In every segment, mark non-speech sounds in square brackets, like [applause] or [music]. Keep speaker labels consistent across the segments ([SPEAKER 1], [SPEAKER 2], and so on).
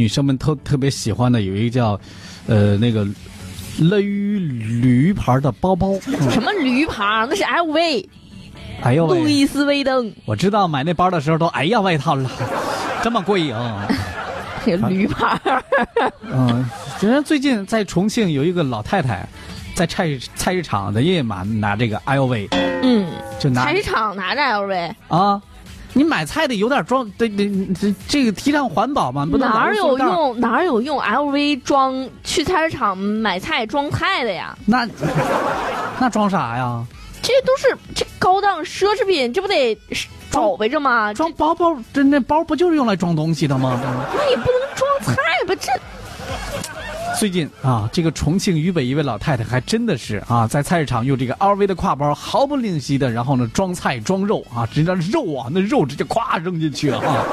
[SPEAKER 1] 女生们特特别喜欢的有一个叫，呃，那个勒驴牌的包包。嗯
[SPEAKER 2] 什么驴牌？那是 LV，
[SPEAKER 1] 哎呦
[SPEAKER 2] 路
[SPEAKER 1] 喂！
[SPEAKER 2] 易斯威登，
[SPEAKER 1] 我知道买那包的时候都哎呀外套了，这么过嗯瘾。
[SPEAKER 2] 这驴牌。 [laughs]
[SPEAKER 1] 嗯，其实最近在重庆有一个老太太，在菜市菜市场的夜晚拿这个哎呦喂，
[SPEAKER 2] 嗯，
[SPEAKER 1] 就拿
[SPEAKER 2] 菜市场拿着 LV，
[SPEAKER 1] 啊。你买菜得有点装，得得这这个提倡环保嘛，不能
[SPEAKER 2] 哪
[SPEAKER 1] 老
[SPEAKER 2] 儿
[SPEAKER 1] 是
[SPEAKER 2] 有
[SPEAKER 1] 塑料袋儿？
[SPEAKER 2] 用哪儿有用 LV 装去菜市场买菜装菜的呀？
[SPEAKER 1] 那那装啥呀？
[SPEAKER 2] 这都是这高档奢侈品，这不得找呗着吗？
[SPEAKER 1] 装包包，这那包不就是用来装东西的吗？
[SPEAKER 2] 那也不能装菜吧？这
[SPEAKER 1] 最近啊，这个重庆渝北一位老太太还真的是啊，在菜市场用这个 LV 的挎包毫不吝惜的，然后呢装菜装肉啊，直接肉啊，那肉直接咵扔进去了啊。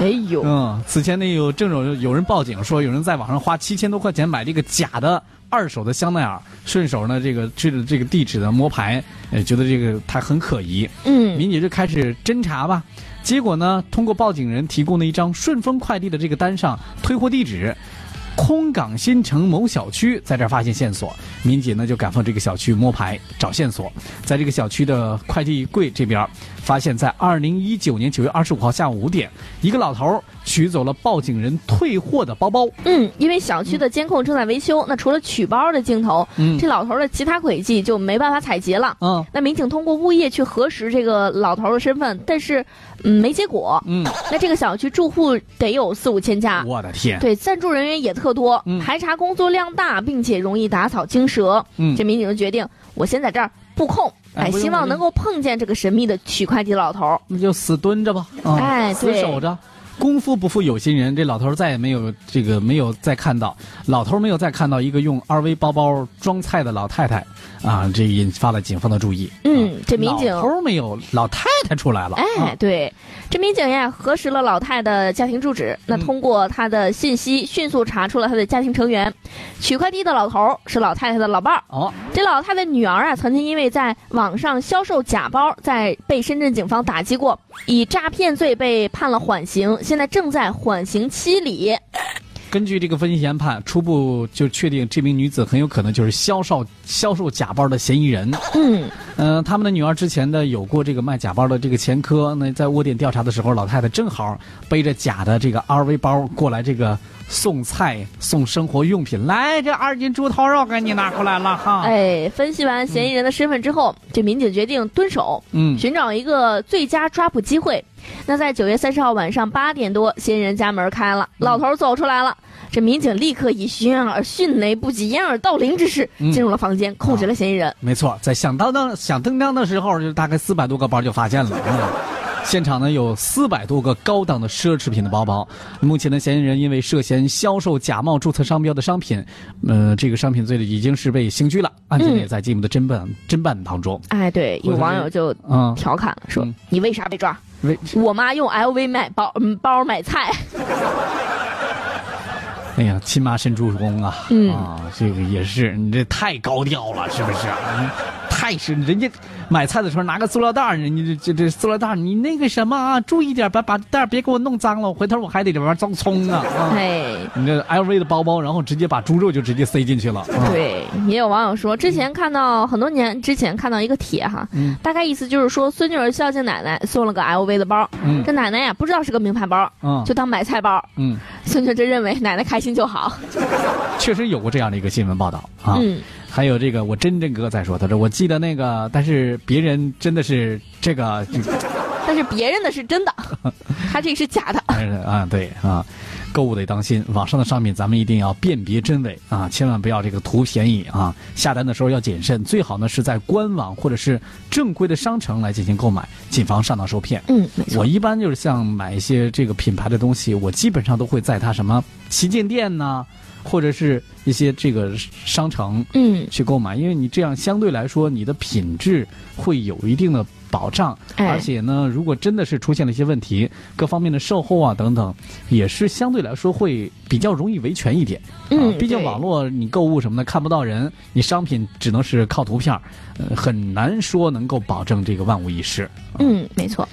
[SPEAKER 2] 哎呦，
[SPEAKER 1] 嗯，此前呢有正有有人报警说，有人在网上花七千多块钱买这个假的二手的香奈儿，顺手呢这个去了这个地址的摸排，呃，觉得这个它很可疑，
[SPEAKER 2] 嗯，
[SPEAKER 1] 民警就开始侦查吧。结果呢，通过报警人提供的一张顺丰快递的这个单上退货地址。空港新城某小区在这儿发现线索，民警呢就赶赴这个小区摸排找线索，在这个小区的快递柜这边儿发现，在二零一九年九月二十五号下午五点，一个老头儿取走了报警人退货的包包。
[SPEAKER 2] 嗯，因为小区的监控正在维修，那除了取包的镜头，
[SPEAKER 1] 嗯
[SPEAKER 2] 这老头的其他轨迹就没办法采集了。
[SPEAKER 1] 嗯
[SPEAKER 2] 那民警通过物业去核实这个老头的身份，但是嗯没结果。
[SPEAKER 1] 嗯，
[SPEAKER 2] 那这个小区住户得有四五千家，
[SPEAKER 1] 我的天，
[SPEAKER 2] 啊对，暂住人员也特多
[SPEAKER 1] 嗯，
[SPEAKER 2] 排查工作量大，并且容易打草惊蛇。
[SPEAKER 1] 嗯
[SPEAKER 2] 这民警就决定，我先在这儿布控，
[SPEAKER 1] 哎
[SPEAKER 2] 哎，
[SPEAKER 1] 不用
[SPEAKER 2] 希
[SPEAKER 1] 不
[SPEAKER 2] 望
[SPEAKER 1] 用
[SPEAKER 2] 能够碰见这个神秘的取快递老头。
[SPEAKER 1] 那就死蹲着吧，啊、
[SPEAKER 2] 哎
[SPEAKER 1] 死
[SPEAKER 2] 对
[SPEAKER 1] 守着。功夫不负有心人，这老头儿再也没有这个没有再看到，老头儿没有再看到一个用二 V 包包装菜的老太太，啊，这引发了警方的注意。啊
[SPEAKER 2] 嗯，这民警
[SPEAKER 1] 老头儿没有，老太太出来了。
[SPEAKER 2] 哎，
[SPEAKER 1] 啊，
[SPEAKER 2] 对，这民警呀核实了老太的家庭住址，那
[SPEAKER 1] 嗯
[SPEAKER 2] 通过她的信息迅速查出了她的家庭成员。取快递的老头儿是老太太的老伴儿，
[SPEAKER 1] 哦，
[SPEAKER 2] 这老太太女儿啊曾经因为在网上销售假包，在被深圳警方打击过，以诈骗罪被判了缓刑，现在正在缓刑期里。
[SPEAKER 1] 根据这个分析研判，初步就确定这名女子很有可能就是销售销售假包的嫌疑人。
[SPEAKER 2] 嗯，
[SPEAKER 1] 嗯、他们的女儿之前呢有过这个卖假包的这个前科。那在窝点调查的时候，老太太正好背着假的这个 LV 包过来，这个送菜、送生活用品。来，这二斤猪头肉给你拿过来了哈。
[SPEAKER 2] 哎，分析完嫌疑人的身份之后，这民警决定蹲守，
[SPEAKER 1] 嗯，
[SPEAKER 2] 寻找一个最佳抓捕机会。那在九月三十号晚上八点多，嫌疑人家门开了，老头儿走出来了。这民警立刻以寻耳迅雷不及掩耳盗铃之势
[SPEAKER 1] 嗯
[SPEAKER 2] 进入了房间，控制了嫌疑人。
[SPEAKER 1] 没错，在响当当响叮当的时候，就大概四百多个包就发现了。嗯现场呢有四百多个高档的奢侈品的包包。目前呢，嫌疑人因为涉嫌销售假冒注册商标的商品，呃，这个商品罪的已经是被刑拘了，案件呢
[SPEAKER 2] 嗯
[SPEAKER 1] 也在进一步的侦办侦办当中。
[SPEAKER 2] 哎，对，有
[SPEAKER 1] 回头
[SPEAKER 2] 网
[SPEAKER 1] 就
[SPEAKER 2] 友就
[SPEAKER 1] 嗯，
[SPEAKER 2] 调侃了，说
[SPEAKER 1] 嗯：“
[SPEAKER 2] 你为啥被抓？
[SPEAKER 1] 为
[SPEAKER 2] 我妈用 LV 买包，嗯，包买菜。
[SPEAKER 1] 哎呀，亲妈伸出功啊！
[SPEAKER 2] 嗯
[SPEAKER 1] 啊，这个也是，你这太高调了，是不是？嗯太是人家买菜的时候拿个塑料袋儿，你这这这塑料袋儿，你那个什么啊，注意点，把把袋儿别给我弄脏了，回头我还得里边装葱
[SPEAKER 2] [laughs]
[SPEAKER 1] 呢。”啊
[SPEAKER 2] 哎，
[SPEAKER 1] 你这 LV 的包包，然后直接把猪肉就直接塞进去了。啊，
[SPEAKER 2] 对，也有网友说，之前看到很多年之前看到一个帖哈，
[SPEAKER 1] 嗯
[SPEAKER 2] 大概意思就是说，孙女儿孝敬奶奶，送了个 LV 的包，
[SPEAKER 1] 嗯
[SPEAKER 2] 这奶奶呀不知道是个名牌包，
[SPEAKER 1] 嗯
[SPEAKER 2] 就当买菜包。
[SPEAKER 1] 嗯，
[SPEAKER 2] 孙女真认为奶奶开心就好。
[SPEAKER 1] 确实有过这样的一个新闻报道啊。
[SPEAKER 2] 嗯，
[SPEAKER 1] 还有这个，我真真哥在说，他说我记得那个，但是别人真的是这个这个
[SPEAKER 2] 但是别人的
[SPEAKER 1] [laughs]
[SPEAKER 2] 是真的，他这个是假的。
[SPEAKER 1] 但是啊，对啊，购物得当心，网上的商品咱们一定要辨别真伪啊，千万不要这个图便宜啊。下单的时候要谨慎，最好呢是在官网或者是正规的商城来进行购买，谨防上当受骗。
[SPEAKER 2] 嗯，没
[SPEAKER 1] 我。一般就是像买一些这个品牌的东西，我基本上都会在它什么旗舰店呐、或者是一些这个商城
[SPEAKER 2] 嗯，
[SPEAKER 1] 去购买，因为你这样相对来说你的品质会有一定的保障，
[SPEAKER 2] 哎
[SPEAKER 1] 而且呢，如果真的是出现了一些问题，各方面的售后啊等等，也是相对来说会比较容易维权一点。
[SPEAKER 2] 嗯
[SPEAKER 1] 啊，毕竟
[SPEAKER 2] 对
[SPEAKER 1] 网络你购物什么的看不到人，你商品只能是靠图片儿，呃，很难说能够保证这个万无一失。
[SPEAKER 2] 嗯，没错。